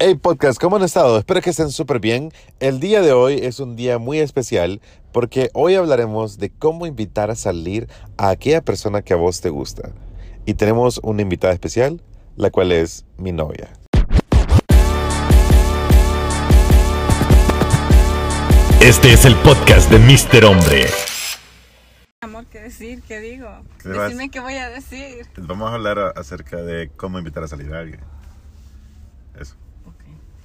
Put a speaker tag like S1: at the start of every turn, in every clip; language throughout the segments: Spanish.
S1: Hey podcast, ¿cómo han estado? Espero que estén súper bien. El día de hoy es un día muy especial porque hoy hablaremos de cómo invitar a salir a aquella persona que a vos te gusta. Y tenemos una invitada especial, la cual es mi novia.
S2: Este es el podcast de Mr. Hombre.
S3: Amor, ¿qué decir? ¿Qué digo?
S1: ¿Qué vas?
S3: Decime qué voy a decir.
S1: Vamos a hablar acerca de cómo invitar a salir a alguien. Eso.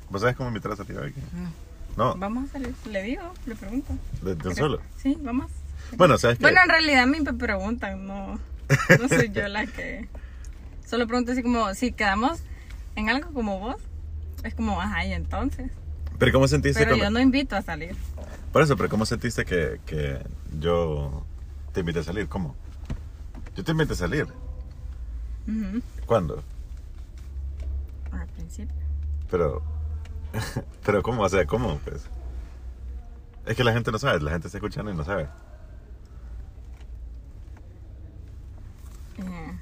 S1: ¿Vos sabés cómo invitar a salir a alguien?
S3: Mm.
S1: No,
S3: Vamos a salir. Le digo, le pregunto.
S1: de, de
S3: Creo-
S1: un solo.
S3: Sí, vamos.
S1: Bueno, ¿sabes qué?
S3: Bueno, en realidad a mí me preguntan, no, no soy yo la que. Solo pregunto así como, si quedamos en algo como vos, es como, ajá, y entonces.
S1: Pero ¿cómo sentiste
S3: Pero
S1: cuando-
S3: yo no invito a salir.
S1: Por eso, pero ¿cómo sentiste que, que yo te invité a salir? ¿Cómo? Yo te invité a salir.
S3: Ujú,
S1: ¿Cuándo?
S3: Al principio.
S1: Pero, pero ¿cómo? O sea, ¿cómo? Pues? Es que la gente no sabe, la gente está escuchando y no sabe.
S3: Eh,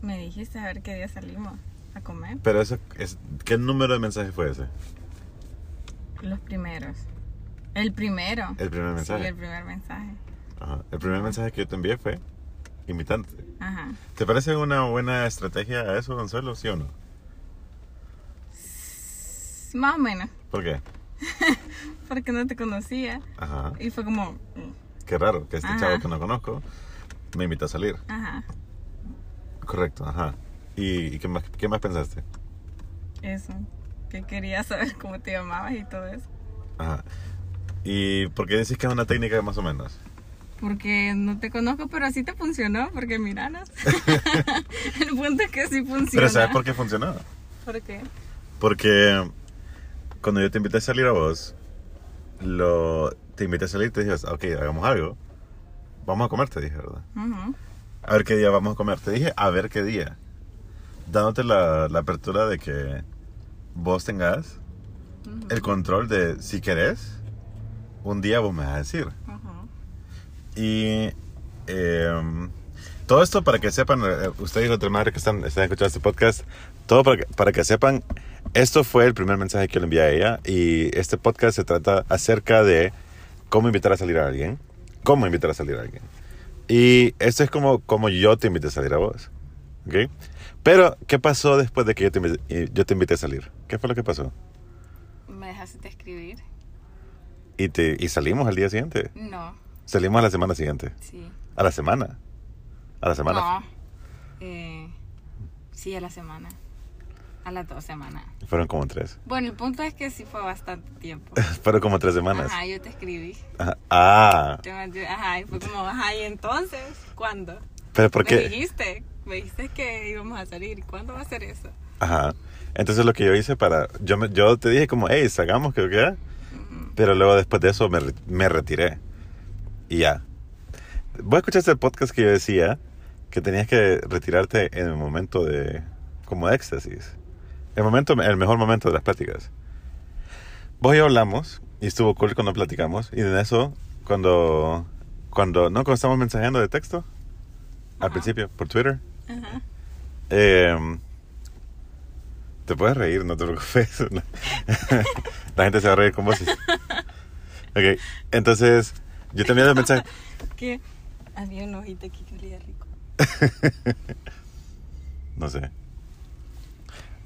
S3: me dijiste a ver qué día salimos a comer.
S1: Pero eso, es, ¿qué número de mensaje fue ese?
S3: Los primeros. El primero.
S1: El primer mensaje.
S3: Sí, el primer mensaje.
S1: Ajá. El primer mensaje que yo te envié fue invitándote.
S3: Ajá.
S1: ¿Te parece una buena estrategia a eso, Gonzalo? ¿Sí o no?
S3: Más o menos.
S1: ¿Por qué?
S3: porque no te conocía.
S1: Ajá.
S3: Y fue como, mm,
S1: Qué raro que este
S3: Ajá.
S1: chavo que no conozco me invita a salir.
S3: ajá,
S1: Correcto, ajá. ¿Y, y qué, más, qué más pensaste?
S3: eso. Que quería saber cómo te llamabas y todo eso.
S1: Ajá. ¿Y por qué decís que es una técnica más o menos?
S3: Porque no te conozco, pero así te funcionó, porque miranos. El punto es que sí funciona.
S1: Pero ¿sabes por qué funcionaba?
S3: ¿Por qué?
S1: Porque cuando yo te invité a salir a vos, lo, te invité a salir y te dije, ok, hagamos algo. Vamos a comer, te dije, ¿verdad?
S3: Ujú.
S1: A ver qué día vamos a comer. Te dije, a ver qué día. Dándote la, la apertura de que vos tengas
S3: Ujú.
S1: el control de si querés, un día vos me vas a decir.
S3: Ujú.
S1: Y em, todo esto para que sepan, eh, ustedes y otra madre que están, están escuchando este podcast, todo para que, para que sepan, esto fue el primer mensaje que le envié a ella y este podcast se trata acerca de cómo invitar a salir a alguien, cómo invitar a salir a alguien. Y esto es como, como yo te invité a salir a vos. ¿ok? Pero, ¿qué pasó después de que yo te, invité, eh, yo te invité a salir? ¿Qué fue lo que pasó?
S3: ¿Me dejaste de escribir?
S1: Y, te, y salimos al día siguiente.
S3: No,
S1: Salimos a la semana siguiente.
S3: sí.
S1: A la semana. A la semana.
S3: No. Eh, sí, a la semana. A las dos semanas.
S1: Fueron como tres.
S3: Bueno, el punto es que sí fue bastante tiempo.
S1: Fueron como tres semanas.
S3: Ajá, yo te escribí.
S1: Ajá. Ah,
S3: Te mandé- Ajá, y fue como, ajá, y entonces, ¿cuándo?
S1: pero ¿por
S3: Me
S1: qué?
S3: dijiste, me dijiste que íbamos a salir, ¿cuándo va a ser eso?
S1: Ajá. Entonces lo que yo hice para... Yo, me- yo te dije como, hey, salgamos, creo que ya. Pero luego después de eso me, re- me retiré. Y ya. Vos escuchaste el podcast que yo decía que tenías que retirarte en el momento de... como de éxtasis. El momento, el mejor momento de las pláticas. Vos y yo hablamos y estuvo cool cuando platicamos. Y en eso, cuando... Cuando, ¿no? Cuando estamos mensajeando de texto. Al
S3: Ajá.
S1: principio, por Twitter.
S3: Ajá.
S1: Eh, te puedes reír, no te preocupes. La gente se va a reír con vos. Ok, entonces yo te envié el mensaje.
S3: Que había un ojito aquí que olía rico.
S1: No sé.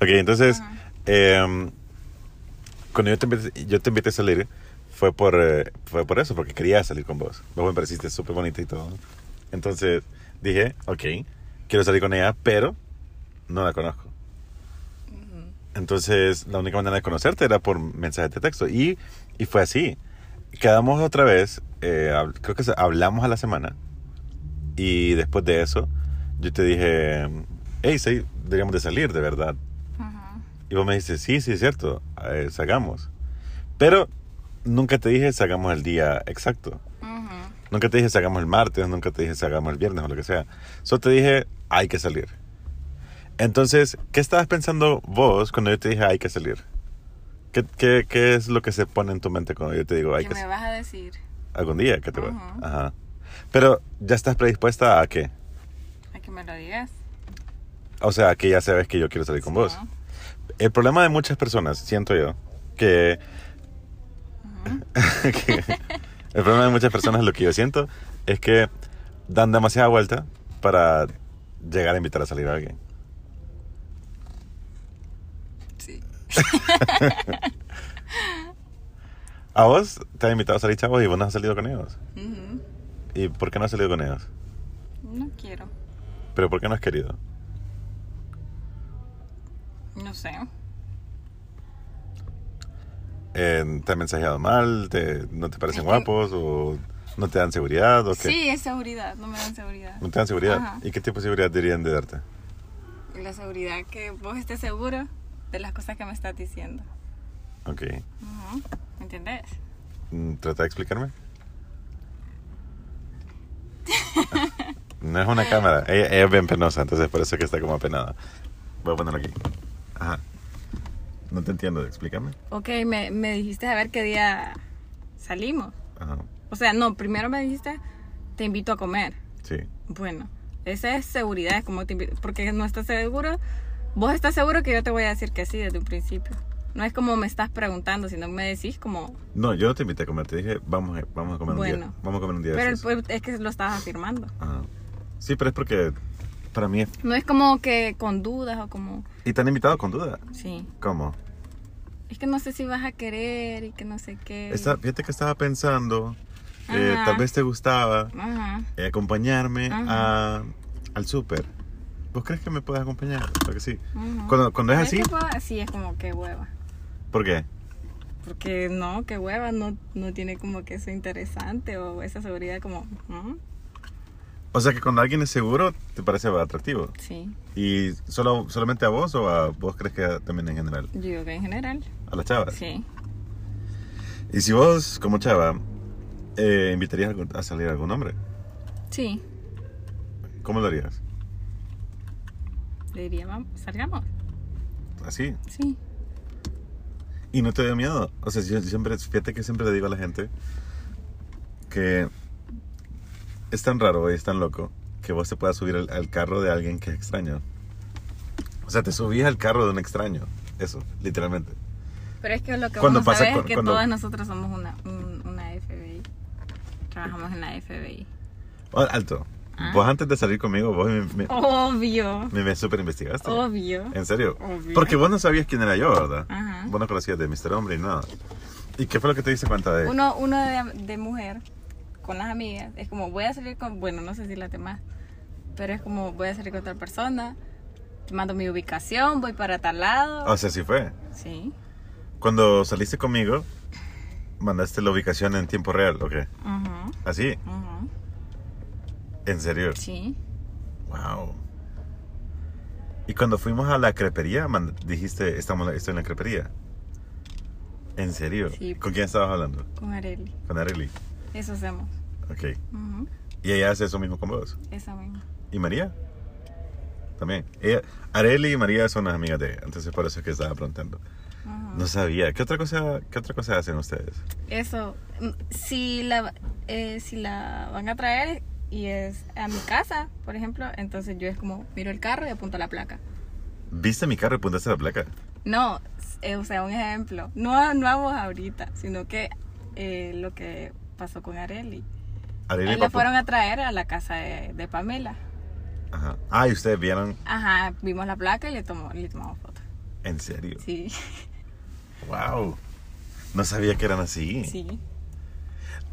S1: Ok, entonces
S3: Ajá.
S1: eh, cuando yo te, invité, yo te invité a salir fue por, eh, fue por eso, porque quería salir con vos. Vos me pareciste súper bonita y todo. Entonces dije, ok, quiero salir con ella, pero no la conozco.
S3: Ujú.
S1: Entonces, la única manera de conocerte era por mensaje de texto. Y, y fue así. Quedamos otra vez, eh, hab- creo que se- hablamos a la semana. Y después de eso, yo te dije, hey, sí, deberíamos de salir, de verdad.
S3: Ajá.
S1: Y vos me dices, sí, sí, es cierto, eh, salgamos. Pero nunca te dije, salgamos el día exacto.
S3: Ujú.
S1: Nunca te dije salgamos el martes, nunca te dije salgamos el viernes o lo que sea. Solo te dije hay que salir. Entonces, ¿qué estabas pensando vos cuando yo te dije hay que salir? ¿Qué, qué, qué es lo que se pone en tu mente cuando yo te digo hay
S3: ¿Qué
S1: que
S3: me
S1: salir?
S3: vas a decir?
S1: Algún día que te va.
S3: Ajá.
S1: Ajá. Pero ya estás predispuesta a qué?
S3: A que me lo digas.
S1: O sea, que ya sabes que yo quiero salir con
S3: Sí,
S1: vos.
S3: ¿no?
S1: el problema de muchas personas, siento yo, que, que el problema de muchas personas, lo que yo siento, es que dan demasiada vuelta para llegar a invitar a salir a alguien.
S3: Sí.
S1: A vos te han invitado a salir chavos y vos no has salido con ellos.
S3: Ujú.
S1: ¿Y por qué no has salido con ellos?
S3: No quiero.
S1: ¿Pero por qué no has querido?
S3: No sé.
S1: Eh, ¿Te han mensajeado mal? Te, ¿No te parecen
S3: Es que-
S1: guapos? ¿O no te dan seguridad? ¿O qué?
S3: Sí, es seguridad. No me dan seguridad.
S1: ¿No te dan seguridad?
S3: Ajá.
S1: ¿Y qué tipo de seguridad deberían de darte? Mm.
S3: La seguridad que vos estés seguro de las cosas que me estás diciendo.
S1: Ok.
S3: Ujú. ¿Me entendés?
S1: Mm, ¿Trata de explicarme? no es una cámara. Ella, ella es bien penosa, entonces por eso que está como apenada. Voy a ponerlo aquí. Ajá. No te entiendo, explícame.
S3: Ok, me, me dijiste a ver qué día salimos.
S1: Ajá.
S3: O sea, no, primero me dijiste, te invito a comer.
S1: Sí.
S3: Bueno, esa es seguridad, es como te invito, porque no estás seguro. Vos estás seguro que yo te voy a decir que sí desde un principio. No es como me estás preguntando, sino me decís como...
S1: No, yo no te invité a comer. Te dije, vamos a, vamos a comer un día.
S3: Bueno.
S1: Vamos a comer un día. de
S3: Pero el-
S1: esos.
S3: es que lo estás afirmando.
S1: Ajá. Sí, pero es porque para mí es...
S3: No es como que con dudas o como...
S1: Y te han invitado con duda.
S3: Sí.
S1: ¿Cómo?
S3: Es que no sé si vas a querer y que no sé qué.
S1: Está- fíjate que estaba pensando, eh,
S3: Eh. Ajá.
S1: tal vez te gustaba
S3: Ajá.
S1: eh, acompañarme a- al súper. ¿Vos crees que me puedes acompañar? Porque sí.
S3: Ujú.
S1: Cuando, cuando es
S3: Pero
S1: así,
S3: que puedo- así es como que hueva.
S1: ¿por qué?
S3: Porque no, que hueva, no, no tiene como que eso interesante o esa seguridad como... ujú,
S1: O sea que cuando alguien es seguro, te parece atractivo.
S3: Sí,
S1: ¿Y solo, solamente a vos o a vos crees que también en general?
S3: yo digo que en general.
S1: A las chavas.
S3: Sí.
S1: Y si vos, como chava, eh, invitarías a algún- a salir a algún hombre,
S3: Sí,
S1: ¿cómo lo harías?
S3: le diría, vamos, salgamos.
S1: ¿Así?
S3: Sí.
S1: Y no te dio miedo. O sea, yo siempre, fíjate que siempre le digo a la gente que es tan raro y es tan loco que vos te puedas subir al, al carro de alguien que es extraño. O sea, te subís al carro de un extraño. Eso, literalmente.
S3: Pero es que lo que
S1: Cuando
S3: vamos
S1: pasa
S3: a saber
S1: con-
S3: es que
S1: cuando-
S3: todas nosotras somos una, un- una FBI. Trabajamos en la FBI.
S1: Oh, alto.
S3: Ah. Oh.
S1: Vos antes de salir conmigo, vos me, me,
S3: Obvio.
S1: me- me super investigaste.
S3: Obvio.
S1: ¿En serio?
S3: Oh. Obvio.
S1: Porque vos no sabías quién era yo, ¿verdad?
S3: Ajá.
S1: Vos no conocías de Mr. Hombre y nada. ¿Y qué fue lo que te diste cuenta de
S3: Uno, uno de, de mujer con las amigas es como voy a salir con, bueno, no sé si las demás, pero es como voy a salir con tal persona, te mando mi ubicación, voy para tal lado.
S1: O sea, Ah, sí fue.
S3: Sí.
S1: Cuando saliste conmigo, mandaste la ubicación en tiempo real, ¿o qué?
S3: Ujú,
S1: ¿Así?
S3: ujú.
S1: ¿En serio?
S3: Sí.
S1: Wow. Y cuando fuimos a la crepería, man- dijiste, estamos, estoy en la crepería. ¿En serio?
S3: Sí.
S1: ¿Con quién estabas hablando?
S3: Con Areli.
S1: Con Arely.
S3: Eso hacemos.
S1: Ok.
S3: Ujú,
S1: Y ella hace eso mismo con vos.
S3: Esa misma.
S1: ¿Y María? También. Ella, Arely y María son las amigas de ella. Entonces por eso es que estaba preguntando.
S3: Ujú.
S1: No sabía. ¿Qué otra cosa, qué otra cosa hacen ustedes?
S3: Eso, mm, si la, eh, si la van a traer y es a mi casa, por ejemplo, entonces yo es como miro el carro y apunto la placa.
S1: ¿Viste mi carro y apuntaste la placa?
S3: No, eh, o sea, un ejemplo, no, no a vos ahorita, sino que eh, lo que pasó con Areli.
S1: Arely
S3: Él
S1: va
S3: la
S1: a
S3: fueron a traer a la casa de, de Pamela.
S1: apu- Ajá. Ah, y ustedes vieron.
S3: Ajá, vimos la placa y le, tomó, le tomamos foto.
S1: ¿En serio?
S3: Sí,
S1: Wow. No sabía que eran así.
S3: sí.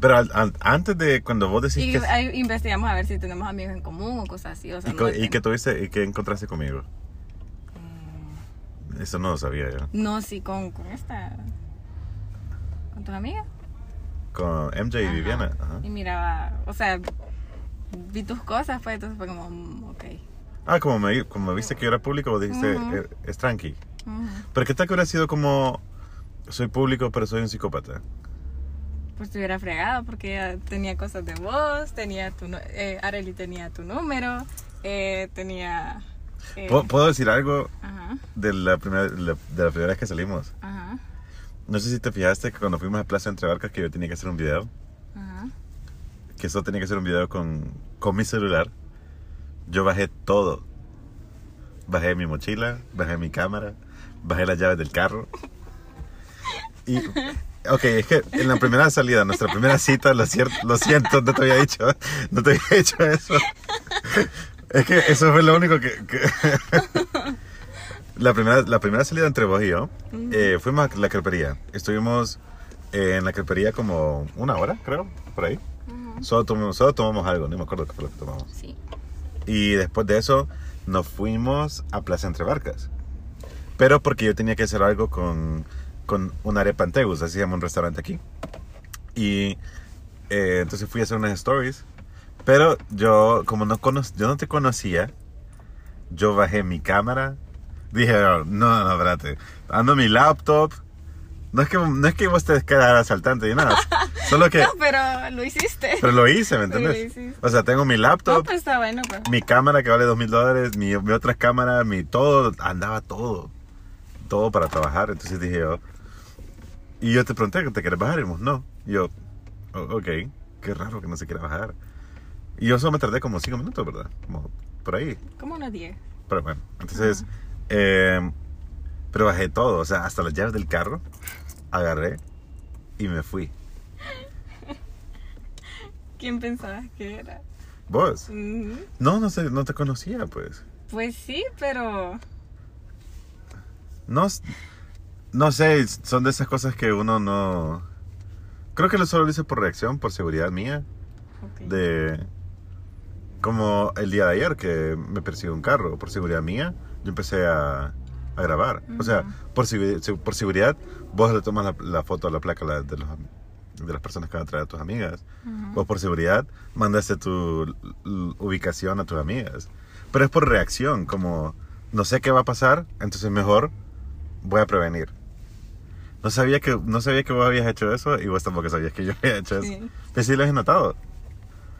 S1: Pero al- al- antes de cuando vos decís
S3: Y
S1: que...
S3: ahí investigamos a ver si tenemos amigos en común o cosas así. O sea,
S1: y, co-
S3: no
S1: y
S3: ten-
S1: que tuviste y que encontraste conmigo.
S3: Mm.
S1: Eso no lo sabía yo.
S3: No, sí, con, con esta. ¿Con tus amigas?
S1: Con MJ y
S3: Ajá.
S1: Viviana. ajá.
S3: Y miraba, o sea, vi tus cosas, pues entonces fue como, mm, ok.
S1: Ah, como me, como me viste que yo era público, vos dijiste,
S3: Ujú.
S1: "Eh, es tranqui.
S3: Ujú.
S1: Pero ¿qué tal que hubiera sido como, soy público, pero soy un psicópata?
S3: Pues te hubiera fregado porque ella tenía cosas de vos, tenía tu. nu- Eh, Arely tenía tu número, eh, tenía. eh,
S1: ¿Puedo, puedo decir algo
S3: Ajá,
S1: de la, primera, la- de la primera vez que salimos?
S3: ajá,
S1: No sé si te fijaste que cuando fuimos a Plaza Entre Barcas que yo tenía que hacer un video,
S3: ajá.
S1: que eso tenía que hacer un video con, con mi celular, yo bajé todo. Bajé mi mochila, bajé mi cámara, bajé las llaves del carro. Y, ok, es que en la primera salida, nuestra primera cita, lo, cier- lo siento, no te había dicho, no te había dicho eso. Es que eso fue lo único que... que- la, primera, la primera salida entre vos y yo, eh, fuimos a la crepería. Estuvimos eh, en la crepería como una hora, creo, por ahí. Solo, tomamos, solo tomamos algo, no me acuerdo qué fue lo que tomamos.
S3: Sí.
S1: Y después de eso nos fuimos a Plaza Entre Barcas. Pero porque yo tenía que hacer algo con, con una arepa en Tegus, así se llama un restaurante aquí. Y eh, entonces fui a hacer unas stories. Pero yo, como no, cono- yo no te conocía, yo bajé mi cámara. Dije, no, no, no, espérate. Ando mi laptop. No es que, no es que vos te quedas asaltante ni nada. Solo que...
S3: No, pero lo hiciste.
S1: Pero lo hice, ¿me
S3: Pero lo
S1: entendés?
S3: hiciste.
S1: O sea, tengo mi
S3: No,
S1: laptop
S3: pero está bueno, pues.
S1: mi cámara que vale dos mil dólares, mi, mi otras cámaras, mi todo, andaba todo. Todo para trabajar. Entonces dije yo. Y yo te pregunté, ¿te quieres bajar? Y dijimos, no. Y yo, "Oh, ok, qué raro que no se quiera bajar. Y yo solo me tardé como cinco minutos, ¿verdad? Como por ahí.
S3: ¿Cómo unos 10?
S1: Pero bueno, entonces. eh, pero bajé todo, o sea, hasta las llaves del carro, agarré y me fui.
S3: ¿Quién pensabas que era?
S1: ¿Vos?
S3: Mm,
S1: No, no, sé, no te conocía, pues.
S3: Pues sí, pero.
S1: No, s- no sé, son de esas cosas que uno no... Creo que lo solo lo hice por reacción, por seguridad mía,
S3: ok.
S1: de... Como el día de ayer que me persiguió un carro, por seguridad mía, yo empecé a, a grabar. O sea, por, segui- se- por seguridad, vos le tomas la, la foto a la placa la- de, los am- de las personas que van a traer a tus amigas.
S3: Ujú.
S1: Vos por seguridad mandaste tu l- l- ubicación a tus amigas. Pero es por reacción, como no sé qué va a pasar, entonces mejor voy a prevenir. No sabía que, no sabía que vos habías hecho eso y vos tampoco sabías que yo había hecho eso.
S3: Sí.
S1: Pero sí lo has notado.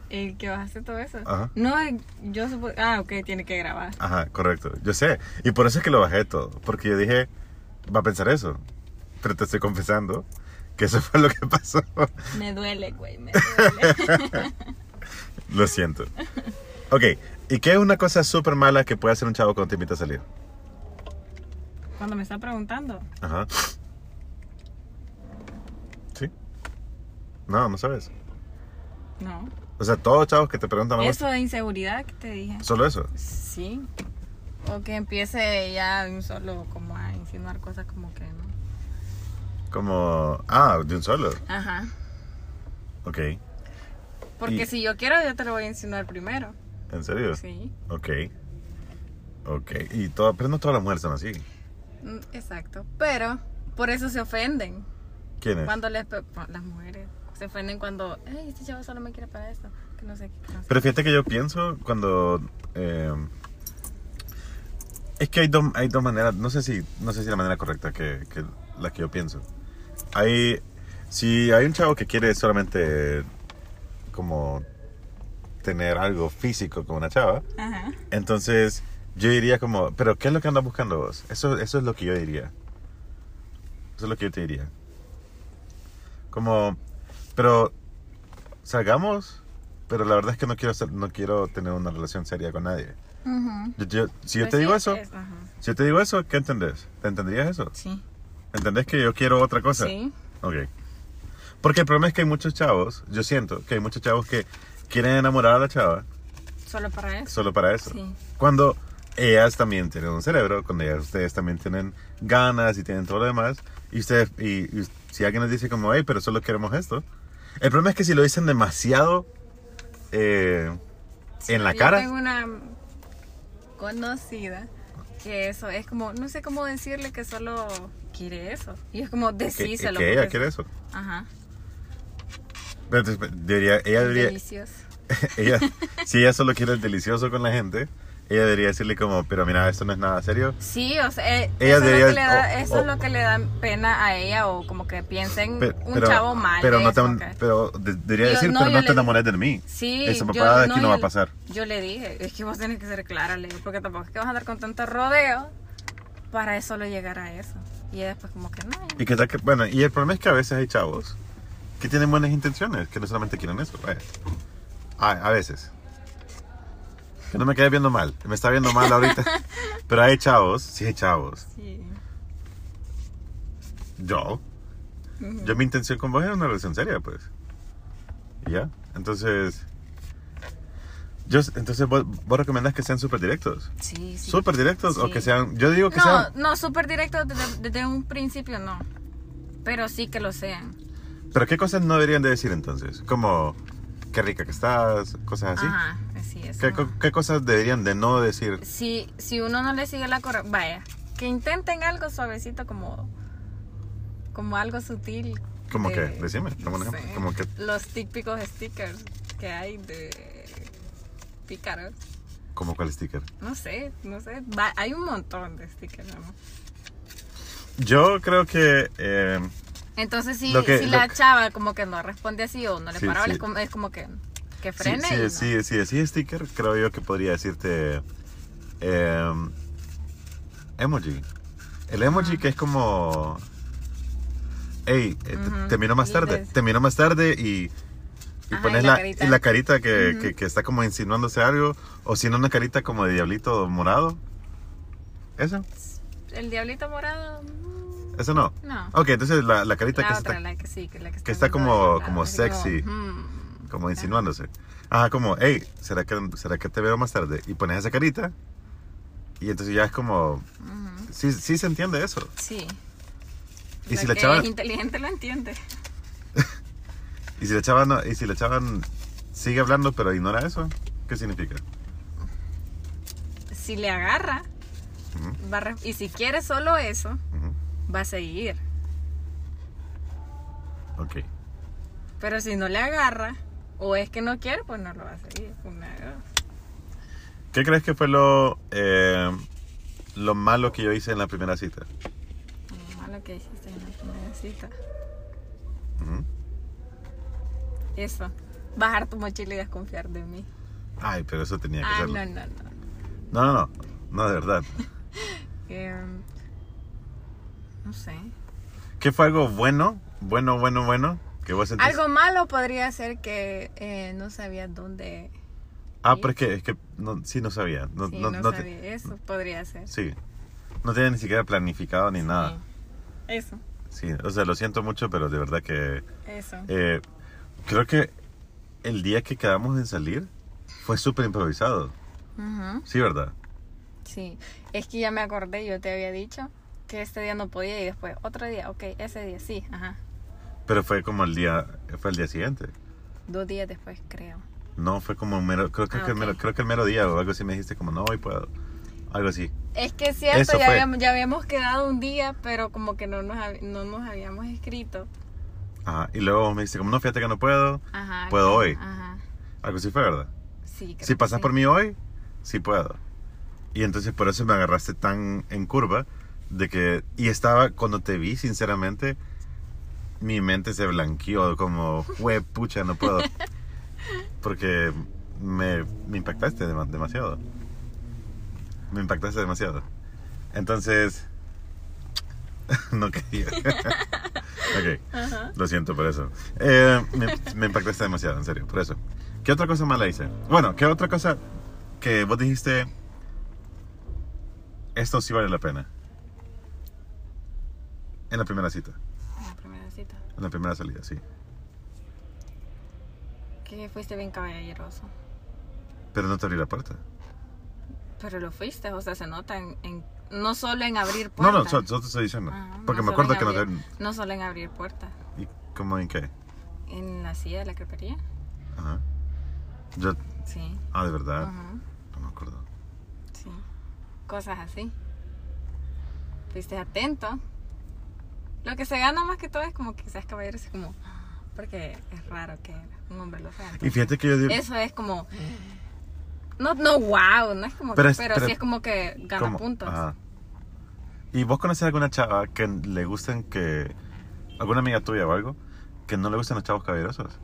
S3: ¿Y que bajaste todo eso?
S1: Ajá.
S3: No, yo supongo. Ah, ok, tiene que grabar.
S1: Ajá, correcto. Yo sé. Y por eso es que lo bajé todo. Porque yo dije, va a pensar eso. Pero te estoy confesando que eso fue lo que pasó.
S3: Me duele, güey, me duele.
S1: Lo siento. Ok, ¿y qué es una cosa súper mala que puede hacer un chavo cuando te invita a salir?
S3: Cuando me está preguntando.
S1: Ajá. ¿Sí? No, no sabes.
S3: No.
S1: O sea, todos chavos que te preguntan a vos,
S3: Eso de inseguridad que te dije.
S1: solo eso.
S3: Sí. O que empiece ya de un solo como a insinuar cosas como que no.
S1: Como, ah, de un solo.
S3: Ajá.
S1: Ok,
S3: Porque
S1: Y-
S3: si yo quiero, yo te lo voy a insinuar primero.
S1: ¿en serio?
S3: Sí.
S1: Ok. Ok, y todo, pero no todas las mujeres son así.
S3: Mm, Exacto. Pero por eso se ofenden.
S1: ¿Quién es?
S3: Cuando les. pe- pa- Las mujeres se ofenden cuando. Ay, este chavo solo me quiere para esto. Que no sé qué. que no sé
S1: Pero fíjate que yo pienso cuando... eh, es que hay dos, hay dos maneras, no sé si, no sé si la manera correcta que, que la que yo pienso. Hay, si hay un chavo que quiere solamente como tener algo físico con una chava,
S3: qué. Ajá.
S1: entonces yo diría como, pero ¿qué es lo que andas buscando vos? Eso, eso es lo que yo diría. Eso es lo que yo te diría. Como, pero salgamos, pero la verdad es que no quiero, ser- no quiero tener una relación seria con nadie.
S3: Ujú.
S1: Yo- yo- si yo
S3: Pues
S1: te
S3: sí,
S1: digo
S3: es-
S1: eso,
S3: es- ajá.
S1: si yo te digo eso, ¿qué entendés? ¿Te entenderías eso?
S3: Sí.
S1: ¿Entendés que yo quiero otra cosa?
S3: Sí.
S1: Ok. Porque el problema es que hay muchos chavos, yo siento que hay muchos chavos que quieren enamorar a la chava
S3: Solo para eso.
S1: solo para eso.
S3: Sí.
S1: Cuando ellas también tienen un cerebro, cuando ellas, ustedes también tienen ganas y tienen todo lo demás, y, ustedes, y, y si alguien les dice como, hey, pero solo queremos esto, el problema es que si lo dicen demasiado eh, en la
S3: Yo
S1: cara,
S3: Tengo una conocida que eso es como, no sé cómo decirle que solo quiere eso. Y es como,
S1: que,
S3: decíselo.
S1: que ella
S3: porque-
S1: quiere eso.
S3: Ajá.
S1: Pero entonces, debería- ella debería,
S3: Delicioso.
S1: ella, si ella solo quiere el delicioso con la gente, ella debería decirle como, pero mira, esto no es nada serio.
S3: Sí, o sea, eh,
S1: Ella oh,
S3: eso,
S1: debería-
S3: es, lo que le da,
S1: o-
S3: eso
S1: o-
S3: es lo que le da pena a ella o como que piensen
S1: Pe-
S3: un
S1: pero-
S3: chavo mal.
S1: Pero, no
S3: es
S1: te,
S3: como que-
S1: pero de- debería
S3: Yo-
S1: decir,
S3: no,
S1: pero
S3: yo
S1: no te
S3: le-
S1: enamores de mí.
S3: Sí,
S1: Esa
S3: yo-
S1: papada de aquí no
S3: yo
S1: va a
S3: le-
S1: pasar.
S3: Yo le dije, es que vos tenés que ser clara, le digo, porque tampoco es que vas a andar con tanto rodeo para eso solo llegar a eso. Y ella después como que no. ya.
S1: Y que tal que- bueno, y el problema es que a veces hay chavos que tienen buenas intenciones, que no solamente quieren eso, vaya. A, a veces. Que no me quede viendo mal, me está viendo mal ahorita. pero hay chavos, sí hay chavos,
S3: Sí.
S1: Yo. Yo mi intención con vos era una relación seria, pues. Y ya. Entonces. Yo, entonces vos, vos recomendás que sean súper directos.
S3: Sí, sí.
S1: Súper directos o
S3: Sí.
S1: que sean. Yo digo que
S3: No,
S1: sean.
S3: no, súper directo desde, desde un principio no. Pero sí que lo sean.
S1: Pero qué cosas no deberían de decir entonces. Como. Qué rica que estás, cosas así.
S3: Ajá, así es.
S1: ¿Ah, ¿Qué, co- qué cosas deberían de no decir?
S3: si, si uno no le sigue la corriente, vaya, que intenten algo suavecito como, como algo sutil.
S1: ¿Cómo
S3: de-
S1: qué? Decime, dame un
S3: no
S1: ejemplo.
S3: sé,
S1: ¿Cómo qué?
S3: Los típicos stickers que hay de pícaros.
S1: ¿Cómo cuál sticker?
S3: No sé, no sé. va- hay un montón de stickers, ¿no?
S1: Yo creo que. eh,
S3: Entonces, si,
S1: Lo que-
S3: si
S1: lo
S3: la
S1: que-
S3: chava como que no responde así o no le
S1: Sí,
S3: para bola, es,
S1: sí.
S3: como, es como que, que
S1: Sí,
S3: frene.
S1: sí,
S3: y no.
S1: sí, sí, sí, sticker, creo yo que podría decirte em, emoji. El emoji que es como, hey, eh, te-
S3: Ujú,
S1: te miro más tarde,
S3: lindes.
S1: te miro más tarde y, y
S3: Ajá,
S1: pones
S3: y la
S1: la,
S3: carita.
S1: y la carita que, que- que está como insinuándose algo, o si no una carita como de diablito morado. ¿Eso?
S3: El diablito morado, mm,
S1: ¿Eso no?
S3: no.
S1: Ok, entonces la, la carita
S3: la
S1: que
S3: otra,
S1: se está
S3: la que sí, que la que está,
S1: que está
S3: viendo
S1: como-
S3: de lado,
S1: como
S3: así
S1: sexy.
S3: mm.
S1: como insinuándose. Ajá, como, hey, ¿será que, ¿será que te veo más tarde? Y pones esa carita. Y entonces ya es como,
S3: Ujú,
S1: sí, sí se entiende eso.
S3: Sí.
S1: Y si la
S3: que
S1: chava-
S3: es inteligente lo entiende.
S1: Y si la chava, no- y si la chava sigue hablando pero ignora eso, ¿qué significa?
S3: Si le agarra,
S1: Ujú.
S3: va a re- y si quiere solo eso,
S1: Ujú,
S3: va a seguir.
S1: Ok.
S3: Pero si no le agarra, o es que no quiere, pues no lo va a seguir. Una de dos.
S1: ¿Qué crees que fue lo, eh, lo malo que yo hice en la primera cita?
S3: Lo malo que hiciste en la primera cita.
S1: Ujú.
S3: Eso. Bajar tu mochila y desconfiar de mí.
S1: Ay, pero eso tenía que
S3: Ah,
S1: hacerlo.
S3: no, no, no.
S1: No, no, no. No, de verdad.
S3: Em, no sé.
S1: ¿Qué fue algo bueno, bueno, bueno, bueno que vos sentiste?
S3: Algo malo podría ser que eh, no sabías dónde.
S1: Ah, pero es que, es que no, sí, no sabía. No,
S3: Sí,
S1: no,
S3: no,
S1: no te-
S3: sabía. Eso podría ser.
S1: Sí. No tenía ni siquiera planificado ni nada.
S3: Eso,
S1: Sí, o sea, lo siento mucho, pero de verdad que...
S3: eso.
S1: eh, creo que el día que quedamos en salir fue súper improvisado.
S3: Ujú,
S1: Sí, ¿verdad?
S3: Sí. Es que ya me acordé, yo te había dicho que este día no podía y después otro día, ok, ese día sí, ajá.
S1: Pero fue como el día... Fue el día siguiente.
S3: Dos días después, creo.
S1: No, fue como un mero... Creo, creo
S3: Ah,
S1: que el mero,
S3: ok.
S1: creo que el mero día o algo así me dijiste como, no, hoy puedo. Algo así.
S3: Es que es cierto,
S1: Eso
S3: ya
S1: fue.
S3: habíamos, ya habíamos quedado un día, pero como que no nos, hab- no nos habíamos escrito.
S1: Ajá. Y luego me dijiste como, no, fíjate que no puedo.
S3: Ajá.
S1: Puedo
S3: creo,
S1: hoy.
S3: Ajá.
S1: Algo así fue, ¿verdad?
S3: Sí, creo
S1: si
S3: que
S1: pasas
S3: sí.
S1: por mí hoy, sí puedo. Y entonces por eso me agarraste tan en curva de que y estaba cuando te vi, sinceramente, mi mente se blanqueó como "Jue pucha, no puedo. Porque me, me impactaste dema- demasiado. Me impactaste demasiado. Entonces no quería. ok. Lo siento por eso. Eh, me, me impactaste demasiado, en serio, por eso. ¿Qué otra cosa mala hice? Bueno, ¿qué otra cosa que vos dijiste? Esto sí vale la pena. En la primera cita,
S3: La primera cita.
S1: en la primera salida, sí.
S3: Que fuiste bien caballeroso.
S1: Pero no te abrí la puerta.
S3: Pero lo fuiste, o sea, se nota en, en- no solo en abrir
S1: No,
S3: puertas.
S1: no, yo, yo te estoy diciendo.
S3: Ajá,
S1: porque
S3: Ah, no solo
S1: me
S3: en
S1: acuerdo que no
S3: abrir-
S1: te...
S3: No solo en abrir puertas,
S1: ¿Y cómo en qué?
S3: en la silla de la crepería.
S1: Ajá. Yo...
S3: Sí.
S1: Ah, de verdad.
S3: Ujú,
S1: No me acuerdo.
S3: sí. Cosas así. Fuiste atento. Lo que se gana más que todo es como que seas caballero, es como. Porque es raro que un hombre lo sea.
S1: Y
S3: entonces,
S1: fíjate que yo... di-
S3: Eso es como. No, no, wow, no es como. que- Pero,
S1: Pero es- pero-
S3: sí es como que gana
S1: ¿Cómo?
S3: puntos.
S1: Ajá. ¿Y vos conoces alguna chava que le gusten que... alguna amiga tuya o algo, que no le gustan los chavos caballerosos?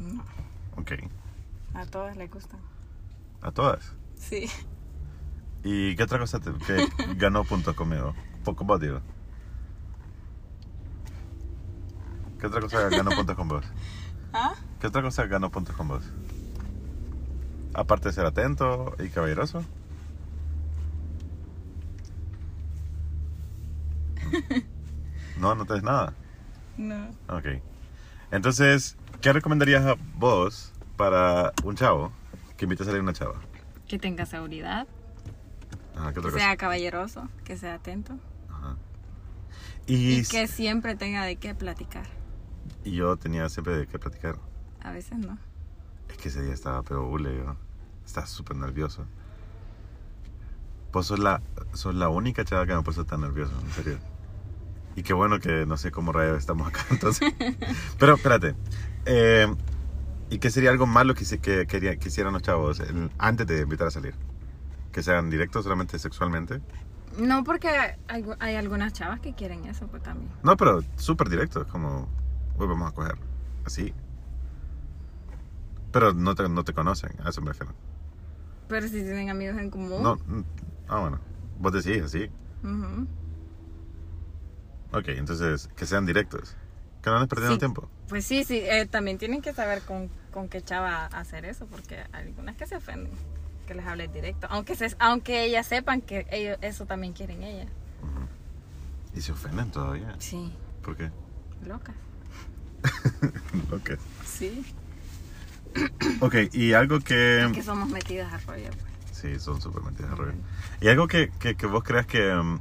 S3: No,
S1: Ok,
S3: a todos les gusta.
S1: a todas.
S3: Sí.
S1: ¿Y qué otra cosa te, que ganó puntos conmigo? Po- Con vos, digo. ¿Qué otra cosa ganó puntos con vos?
S3: ¿Ah?
S1: ¿Qué otra cosa ganó puntos con vos? Aparte de ser atento y caballeroso. No, no traes nada.
S3: No.
S1: Ok. Entonces, ¿qué recomendarías a vos para un chavo que invite a salir a una chava?
S3: Que tenga seguridad,
S1: Ajá, ¿qué
S3: que
S1: otra cosa?
S3: sea caballeroso, que sea atento
S1: Ajá.
S3: y,
S1: Y,
S3: que siempre tenga de qué platicar.
S1: y yo tenía siempre de qué platicar.
S3: A veces no.
S1: Es que ese día estaba pero bule, yo. Estaba súper nervioso. Vos sos la, sos la única chava que me ha puesto tan nervioso, en serio. Y qué bueno que no sé cómo rayos estamos acá, entonces. Pero espérate. Eh, ¿Y qué sería algo malo que, hice- que, quería- que hicieran los chavos el- antes de invitar a salir? Que sean directos solamente sexualmente.
S3: No porque hay, hay algunas chavas que quieren eso pues también.
S1: No, pero súper directos, como, hoy vamos a coger. Así. Pero no te, no te conocen, a eso me refiero.
S3: Pero si tienen amigos en común.
S1: No, mm, ah, bueno. Vos decís así.
S3: ujú.
S1: Ok, entonces, que sean directos. Que no les perdiendo
S3: Sí.
S1: tiempo.
S3: Pues sí, sí, eh, también tienen que saber con, con qué chava hacer eso, porque hay algunas que se ofenden, que les hables directo, aunque se, aunque ellas sepan que ellos, eso también quieren ellas.
S1: Y se ofenden todavía.
S3: Sí,
S1: ¿Por qué?
S3: locas.
S1: ok.
S3: Sí.
S1: Ok, y algo
S3: Que
S1: que... mm,
S3: somos metidas a rollo, pues.
S1: Sí, son súper mentiras, Roy. Y algo que, que, que vos creas que... mm,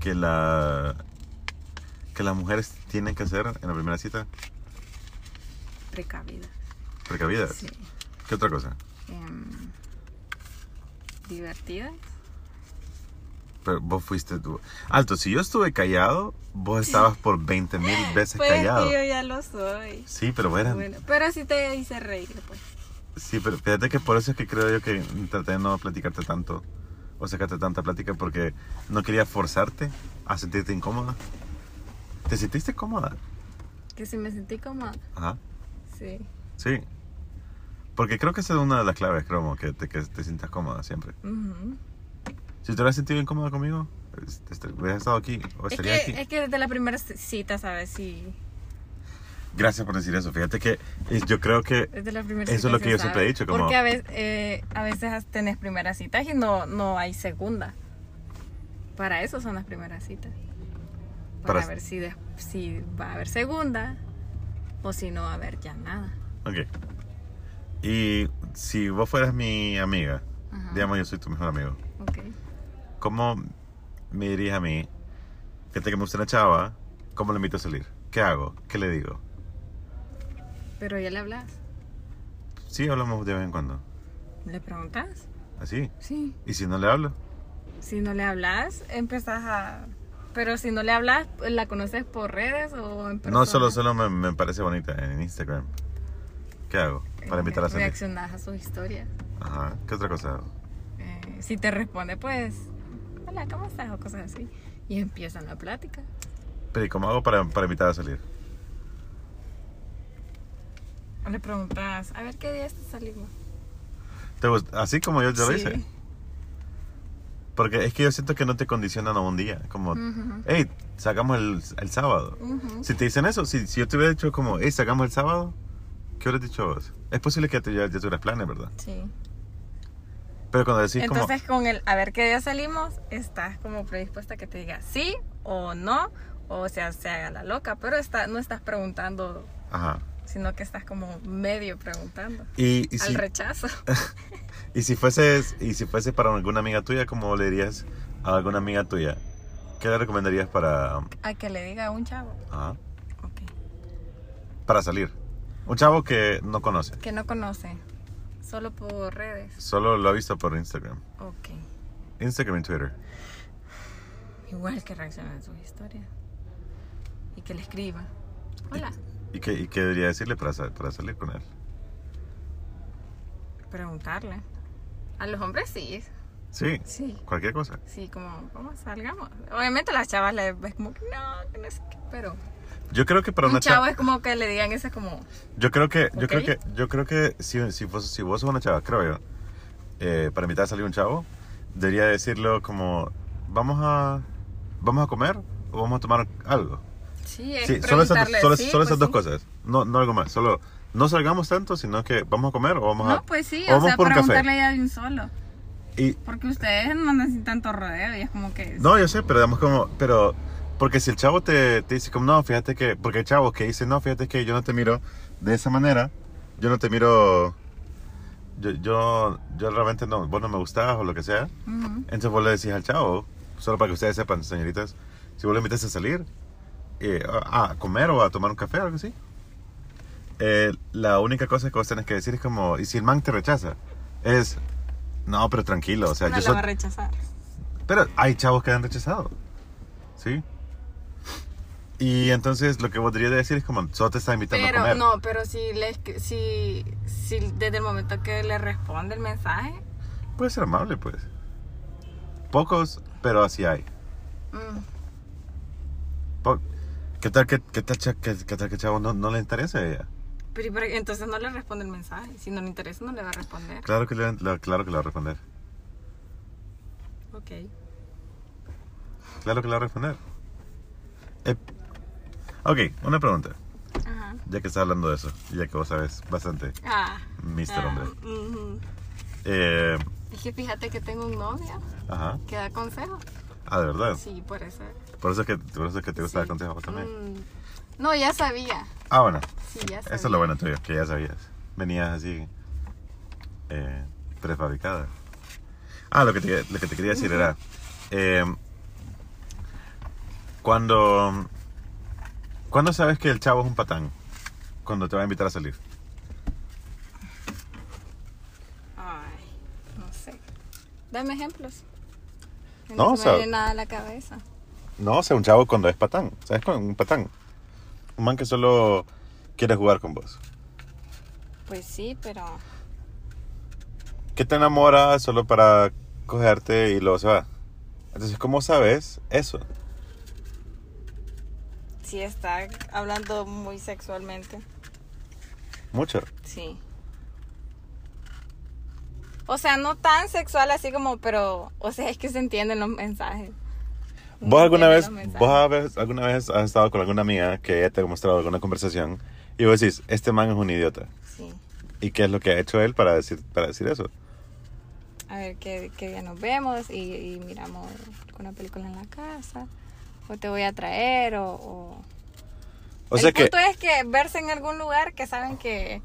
S1: que la... Que las mujeres tienen que hacer en la primera cita.
S3: Precavidas.
S1: Precavidas.
S3: Sí.
S1: ¿Qué otra cosa?
S3: Em, divertidas.
S1: Pero vos fuiste tú. Alto, si yo estuve callado, vos estabas por 20 mil veces
S3: Pues
S1: callado.
S3: que yo ya lo soy.
S1: Sí, pero vos eras-
S3: Bueno, pero sí te hice reír, pues.
S1: Sí, pero fíjate que por eso es que creo yo que traté de no platicarte tanto o sacarte tanta plática porque no quería forzarte a sentirte incómoda. ¿Te sentiste cómoda?
S3: Que si me sentí como,
S1: Ajá,
S3: sí.
S1: sí. Porque creo que esa es una de las claves, creo, que te, que te sientas cómoda siempre.
S3: Ujú.
S1: Si te hubieras sentido incómoda conmigo, est- est- hubieras estado aquí o
S3: Es
S1: estaría aquí.
S3: que, es que desde la primera cita, ¿sabes? Sí.
S1: Gracias por decir eso. Fíjate que eh, yo creo que
S3: Desde la primera
S1: Eso es
S3: cita
S1: lo que
S3: se
S1: yo siempre he dicho, como-
S3: Porque a veces, eh, a veces has- tenés primeras citas y no, no hay segunda. Para eso son las primeras citas. Para,
S1: Para-
S3: ver si, des- si va a haber segunda o si no va a haber ya nada.
S1: Ok. Y si vos fueras mi amiga,
S3: Ajá.
S1: digamos yo soy tu mejor amigo,
S3: Ok.
S1: ¿cómo me dirías a mí? Fíjate que me gusta una chava, ¿cómo la invito a salir? ¿Qué hago? ¿Qué le digo?
S3: Pero ya le hablas.
S1: Sí, hablamos de vez en cuando.
S3: ¿Le preguntas?
S1: ¿Así?
S3: Sí.
S1: ¿Y si no le hablo?
S3: Si no le hablas, empezás a. Pero si no le hablas, ¿la conoces por redes o en persona?
S1: No, solo, solo me, me parece bonita en Instagram. ¿Qué hago para invitar a salir?
S3: Reaccionás eh, a sus historias.
S1: Ajá. ¿Qué otra cosa hago?
S3: Eh, si te responde, pues, hola, ¿cómo estás? O cosas así. Y empiezan la plática.
S1: Pero ¿y cómo hago para, para invitar a salir?
S3: O le preguntas, a ver qué día te salimos.
S1: ¿Te gust- Así como yo, yo lo
S3: Sí.
S1: hice. Porque es que yo siento que no te condicionan a un día. Como,
S3: Ujú.
S1: hey, sacamos el, el sábado.
S3: Ujú.
S1: Si te dicen eso, si, si yo te hubiera dicho como, hey, sacamos el sábado, ¿qué hubieras dicho vos? Es posible que ya, te- ya, ya tuvieras planes, ¿verdad?
S3: Sí.
S1: Pero cuando decís
S3: Entonces, con el a ver qué día salimos, estás como predispuesta a que te diga sí o no, o sea, se haga la loca, pero está, no estás preguntando,
S1: como, ajá.
S3: sino que estás como medio preguntando.
S1: Y, y
S3: Al
S1: si,
S3: rechazo.
S1: y si fueses, y si fuese para alguna amiga tuya, ¿cómo le dirías a alguna amiga tuya? ¿Qué le recomendarías para,
S3: A que le diga a un chavo.
S1: ajá,
S3: Ok.
S1: para salir? Un chavo que no conoce,
S3: Que no conoce. Solo por redes.
S1: solo lo ha visto por Instagram.
S3: Ok.
S1: Instagram y Twitter.
S3: Igual que reaccionan a sus historias. Y que le escriba. Hola.
S1: ¿Y qué, y qué debería decirle para, sa- para salir con él?
S3: Preguntarle. A los hombres sí.
S1: Sí,
S3: Sí.
S1: cualquier cosa.
S3: Sí, como, vamos, salgamos. Obviamente las chavas le ves como que no, que no sé qué. Pero
S1: Yo creo que para
S3: un
S1: una
S3: chavo
S1: chava...
S3: es como que le digan eso como,
S1: Yo creo que, yo
S3: ¿Ok?
S1: creo que, yo creo que si, si, vos, si vos sos una chava, creo yo, eh, para invitar a salir un chavo, debería decirlo como, vamos a, vamos a comer o vamos a tomar algo.
S3: sí, es
S1: Sí, solo esas,
S3: Eh, preguntarle.
S1: solo-
S3: sí,
S1: solo
S3: pues
S1: esas dos
S3: sí.
S1: cosas, no, no algo más, solo no salgamos tanto, sino que vamos a comer o vamos a...
S3: No, pues sí,
S1: o
S3: o
S1: vamos
S3: sea,
S1: por un café.
S3: preguntarle ya de un solo.
S1: Y,
S3: Porque ustedes no necesitan tanto rodeo y es como que...
S1: no, yo sé, pero damos como, pero Porque si el chavo te, te dice como, no, fíjate que, porque hay chavos que dicen, no, fíjate que yo no te miro de esa manera, yo no te miro, yo, yo, yo realmente no, vos no me gustabas o lo que sea,
S3: Ujú.
S1: entonces vos le decís al chavo, solo para que ustedes sepan, señoritas, si vos le invitas a salir, eh, a, a comer o a tomar un café o algo así, eh, la única cosa que vos tenés que decir es como, y si el man te rechaza, es, no, pero tranquilo, o sea,
S3: no
S1: yo
S3: lo
S1: soy...
S3: va a rechazar.
S1: Pero hay chavos que han rechazado. ¿Sí? Y entonces lo que podría decir es como, solo te está invitando a
S3: Pero
S1: comer.
S3: no, pero si, le, escri- si, si desde el momento que le responde el mensaje,
S1: Puede ser amable, pues. Pocos, pero así hay.
S3: mm,
S1: Po- ¿Qué tal que, qué tal, cha- que, qué tal que chavo no, no le interesa a ella?
S3: pero- pero entonces no le responde el mensaje. Si no le interesa, no le va a responder.
S1: Claro que le, le- claro que le va a responder.
S3: Ok.
S1: Claro que le va a responder. Eh, ok, una pregunta.
S3: Ajá.
S1: Ya que estás hablando de eso, ya que vos sabes bastante,
S3: Ah.
S1: Mr.
S3: ah,
S1: Hombre.
S3: ujú.
S1: Eh,
S3: Es que fíjate que tengo un novio
S1: ajá.
S3: que da consejos.
S1: Ah, de verdad.
S3: Sí, por eso.
S1: Por eso es que, por eso es que te gusta
S3: sí.
S1: el consejo a vos también.
S3: Mm, no, ya sabía.
S1: Ah, bueno.
S3: Sí, ya sabía.
S1: Eso es lo bueno tuyo, que ya sabías. Venías así eh, prefabricada. Ah, lo que te, lo que te quería decir era, eh, cuando, cuando sabes que el chavo es un patán, cuando te va a invitar a salir.
S3: Ay, no sé. Dame ejemplos. Que
S1: No,
S3: No,
S1: o
S3: se
S1: sea-
S3: me viene nada a la cabeza.
S1: No, o sea, un chavo cuando es patán, ¿sabes? Con un patán. Un man que solo quiere jugar con vos.
S3: Pues sí, pero
S1: que te enamora solo para cogerte y luego se va. Entonces, ¿cómo sabes eso?
S3: sí está hablando muy sexualmente.
S1: Mucho.
S3: Sí. O sea, no tan sexual así como, pero, o sea, es que se entienden los mensajes.
S1: ¿Vos
S3: Se
S1: alguna
S3: entienden
S1: vez,
S3: los mensajes.
S1: vos habes- alguna vez has estado con alguna amiga que ella te ha mostrado alguna conversación y vos decís, este man es un idiota?
S3: Sí.
S1: ¿Y qué es lo que ha hecho él para decir, para decir eso?
S3: A ver qué, qué día nos vemos y, y miramos una película en la casa. O te voy a traer, o. o-
S1: O sea
S3: El
S1: que,
S3: punto es que verse en algún lugar que saben que,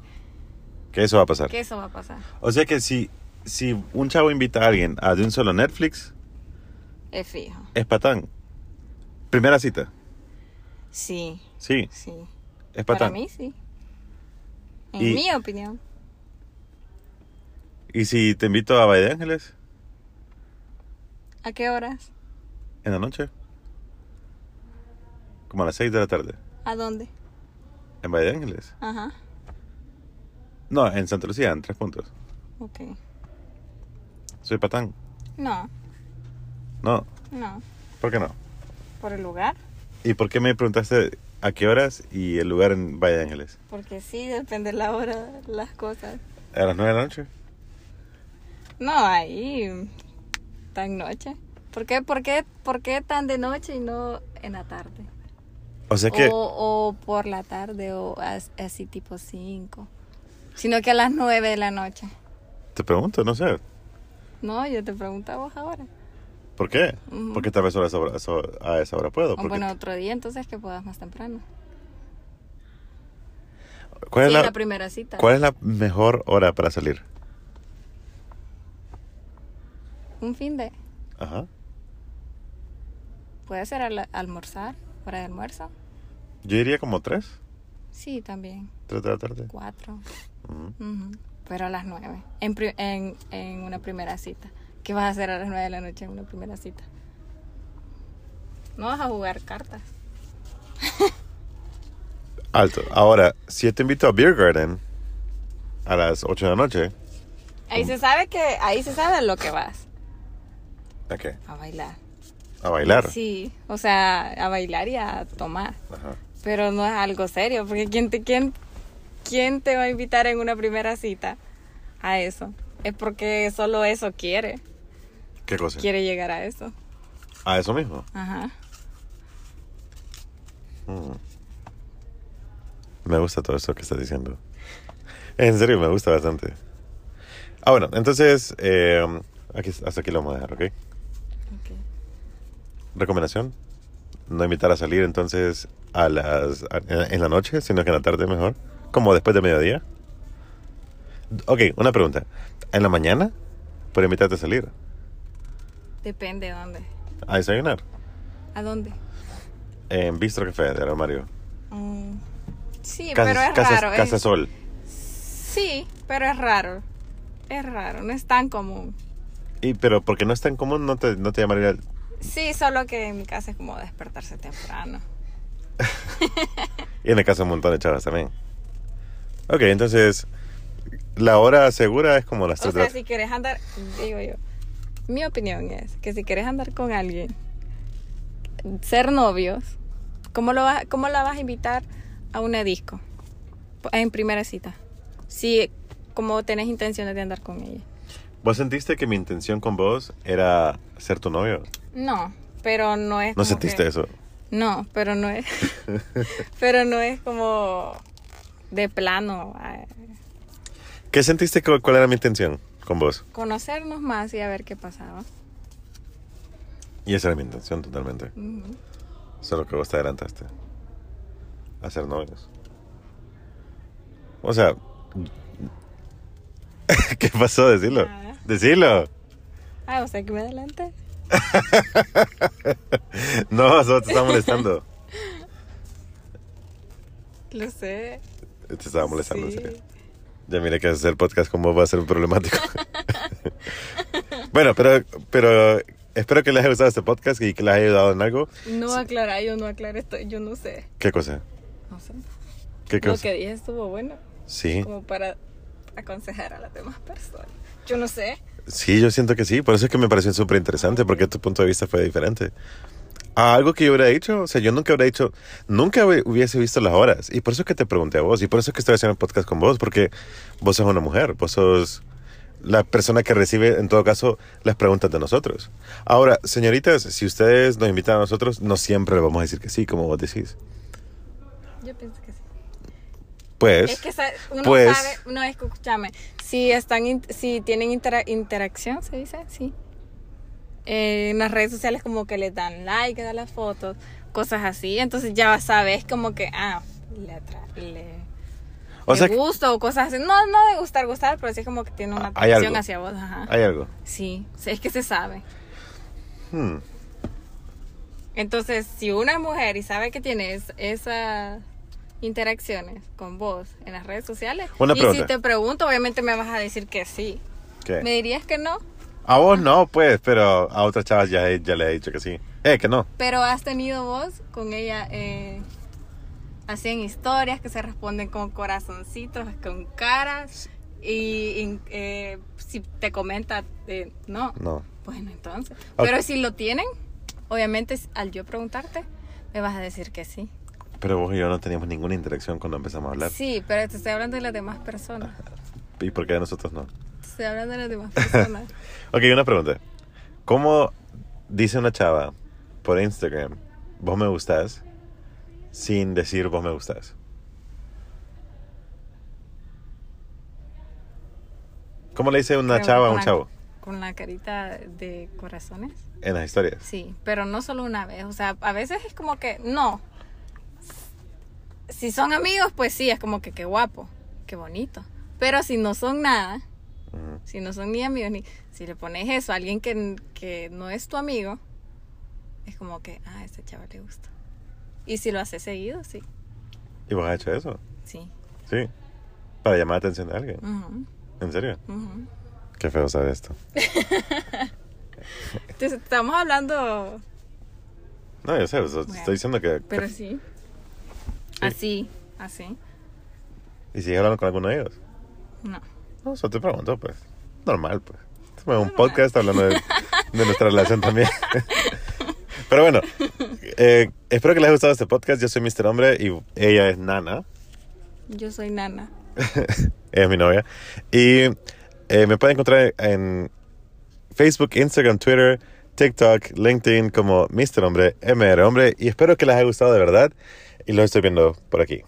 S1: que eso va a pasar.
S3: que eso va a pasar.
S1: O sea que si, si un chavo invita a alguien a de un solo Netflix,
S3: Es fijo.
S1: es patán. Primera cita,
S3: Sí,
S1: sí,
S3: sí.
S1: es
S3: Para
S1: patán.
S3: mí sí. En
S1: Y-
S3: mi opinión.
S1: Y si te invito a Valle de Ángeles
S3: ¿A qué horas?
S1: en la noche, como a las 6 de la tarde.
S3: ¿A dónde?
S1: En Valle de Ángeles.
S3: Ajá.
S1: No, en Santa Lucía, en tres puntos.
S3: Ok.
S1: Soy patán.
S3: No,
S1: No,
S3: no.
S1: ¿por qué no?
S3: Por el lugar.
S1: ¿Y por qué me preguntaste a qué horas y el lugar en Valle de Ángeles?
S3: Porque sí, depende la hora, las cosas.
S1: ¿A las nueve de la noche?
S3: No, ahí. Tan noche. ¿Por qué, por qué, por qué tan de noche y no en la tarde?
S1: O sea que,
S3: O, o por la tarde o as- así tipo 5. Sino que a las 9 de la noche.
S1: te pregunto, no sé.
S3: No, yo te preguntaba vos ahora.
S1: ¿Por qué?
S3: Ujú.
S1: Porque tal vez solo a esa hora, so- a esa hora puedo.
S3: O
S1: porque-
S3: bueno, otro día entonces que puedas más temprano.
S1: ¿cuál, es
S3: Sí,
S1: la,
S3: la primera cita.
S1: ¿Cuál es la mejor hora para salir?
S3: Un fin de...
S1: Ajá.
S3: Puede ser al- almorzar, hora de almuerzo.
S1: Yo diría como tres,
S3: Sí, también.
S1: tres de la tarde.
S3: Cuatro.
S1: Ujú.
S3: Ujú. Pero a las nueve. En, pri- en, en una primera cita. ¿Qué vas a hacer a las nueve de la noche en una primera cita? No vas a jugar cartas.
S1: Alto. Ahora, si yo te invito a Beer Garden a las 8 de la noche,
S3: Ahí se sabe que... Ahí se sabe a lo que vas.
S1: ¿a qué?
S3: A bailar.
S1: A bailar.
S3: Sí. O sea, a bailar y a tomar.
S1: Ajá.
S3: Pero no es algo serio, porque ¿quién te, quién, quién te va a invitar en una primera cita a eso? Es porque solo eso quiere,
S1: ¿Qué cosa?
S3: quiere llegar a eso.
S1: A eso mismo.
S3: Ajá.
S1: Me gusta todo esto que estás diciendo. En serio, me gusta bastante. Ah, bueno, entonces, eh, aquí, hasta aquí lo vamos a dejar, ¿ok?
S3: Ok.
S1: Recomendación. no invitar a salir entonces a las a- en la noche, sino que en la tarde mejor, como después de mediodía. Ok, una pregunta. ¿En la mañana puedo invitarte a salir
S3: Depende de dónde.
S1: a desayunar?
S3: ¿A dónde?
S1: En Bistro Café del armario.
S3: Mm, sí,
S1: Casas-
S3: pero es
S1: Casas-
S3: raro. es-
S1: Casa Sol.
S3: sí, pero es raro. Es raro, no es tan común.
S1: Y, pero porque no es tan común, no te, no te llamaría.
S3: Sí, solo que en mi casa es como despertarse temprano.
S1: Y en la casa un montón de chavas también. Ok, entonces. La hora segura es como las
S3: O
S1: 3 de
S3: sea,
S1: la
S3: si quieres andar, digo yo, mi opinión es que si quieres andar con alguien, ser novios, ¿cómo, lo va- cómo la vas a invitar a una disco? En primera cita. Si como tenés intenciones de andar con ella.
S1: ¿Vos sentiste que mi intención con vos era ser tu novio?
S3: No, pero no es... como
S1: ¿No sentiste
S3: que-
S1: eso?
S3: No, pero no es... pero no es como de plano. eh,
S1: ¿Qué sentiste? cu- ¿Cuál era mi intención con vos?
S3: Conocernos más y a ver qué pasaba.
S1: Y esa era mi intención totalmente.
S3: Ujú.
S1: Solo que vos te adelantaste. A ser novios. O sea... ¿Qué pasó? Decirlo.
S3: Nada.
S1: Decirlo.
S3: Ah, o sea que me adelante.
S1: No, solo te estaba molestando.
S3: Lo sé.
S1: Te estaba molestando,
S3: Sí.
S1: en serio. Ya mira que hacer podcast como va a ser problemático. bueno, pero, pero espero que les haya gustado este podcast y que les haya ayudado en algo.
S3: No aclara, yo no aclara esto, yo no sé.
S1: ¿Qué cosa?
S3: No sé.
S1: ¿Qué
S3: Lo
S1: cosa?
S3: que dije estuvo bueno,
S1: Sí,
S3: como para aconsejar a las demás personas. Yo no sé.
S1: sí, yo siento que sí. Por eso es que me pareció súper interesante, porque tu punto de vista fue diferente. A algo que yo hubiera dicho, o sea, yo nunca hubiera dicho, nunca hub- hubiese visto las horas. Y por eso es que te pregunté a vos, y por eso es que estoy haciendo el podcast con vos, porque vos sos una mujer, vos sos la persona que recibe, en todo caso, las preguntas de nosotros. Ahora, señoritas, si ustedes nos invitan a nosotros, no siempre le vamos a decir que sí, como vos decís.
S3: Yo pienso que sí.
S1: Pues,
S3: Es que sa- uno
S1: pues-
S3: sabe, no es que escúchame. Si están in- si tienen intera- interacción, se dice, sí. Eh, en las redes sociales como que les dan like a las fotos, cosas así. Entonces ya sabes como que ah, le atra- le
S1: o
S3: le
S1: sea,
S3: gusta o cosas así. No, no de gustar, gustar, pero sí es como que tiene una
S1: Ah, hay
S3: atracción
S1: algo.
S3: hacia vos, ajá.
S1: hay algo.
S3: Sí, se- es que se sabe.
S1: Hmm.
S3: Entonces, si una mujer y sabe que tienes esas interacciones con vos en las redes sociales,
S1: Una
S3: y
S1: pregunta.
S3: si te pregunto, obviamente me vas a decir que sí.
S1: ¿Qué?
S3: ¿Me dirías que no?
S1: A vos no, pues, pero a otras chavas ya, ya le he dicho que sí. Eh, que no.
S3: Pero has tenido vos con ella, eh, así en historias que se responden con corazoncitos, con caras, y in- eh, si te comenta, eh, no.
S1: No.
S3: Bueno, entonces.
S1: Ah.
S3: Pero si lo tienen, obviamente al yo preguntarte, me vas a decir que sí.
S1: Pero vos y yo no teníamos ninguna interacción cuando empezamos a hablar.
S3: Sí, pero te estoy hablando de las demás personas.
S1: Ah. ¿Y por qué de nosotros no?
S3: Te estoy hablando de las demás personas.
S1: Ok, una pregunta. ¿Cómo dice una chava por Instagram, vos me gustás, sin decir vos me gustás? ¿Cómo le dice una
S3: Pero
S1: chava a
S3: con
S1: un
S3: la-
S1: chavo
S3: Con la carita de corazones.
S1: en las historias?
S3: Sí, pero no solo una vez. O sea, a veces es como que no. Si son amigos, pues sí, es como que qué guapo, qué bonito. Pero si no son nada,
S1: Ujú.
S3: si no son ni amigos, ni si le pones eso a alguien que, que no es tu amigo, es como que, ah, a este chaval le gusta. Y si lo haces seguido, sí,
S1: ¿Y vos has hecho eso?
S3: sí.
S1: Sí. Para llamar la atención de alguien.
S3: Ujú,
S1: ¿En serio?
S3: ujú.
S1: Qué feo saber esto.
S3: Entonces, estamos hablando,
S1: No, yo sé, o sea, te
S3: Bueno,
S1: estoy diciendo que...
S3: pero sí. Así, así.
S1: ¿Y sigues hablando con alguno de ellos?
S3: No.
S1: No, solo te pregunto, pues. Normal, pues. Es un podcast hablando de, de nuestra relación también. Pero bueno, eh, espero que les haya gustado este podcast. Yo soy Mr. Hombre y ella es Nana.
S3: Yo soy nana.
S1: Ella es mi novia. Y eh, me pueden encontrar en Facebook, Instagram, Twitter, TikTok, LinkedIn como Mr. Hombre, MR Hombre. Y espero que les haya gustado de verdad. Y los estoy viendo por aquí.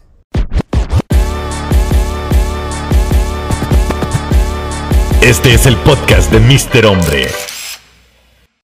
S2: Este es el podcast de Mr. Hombre.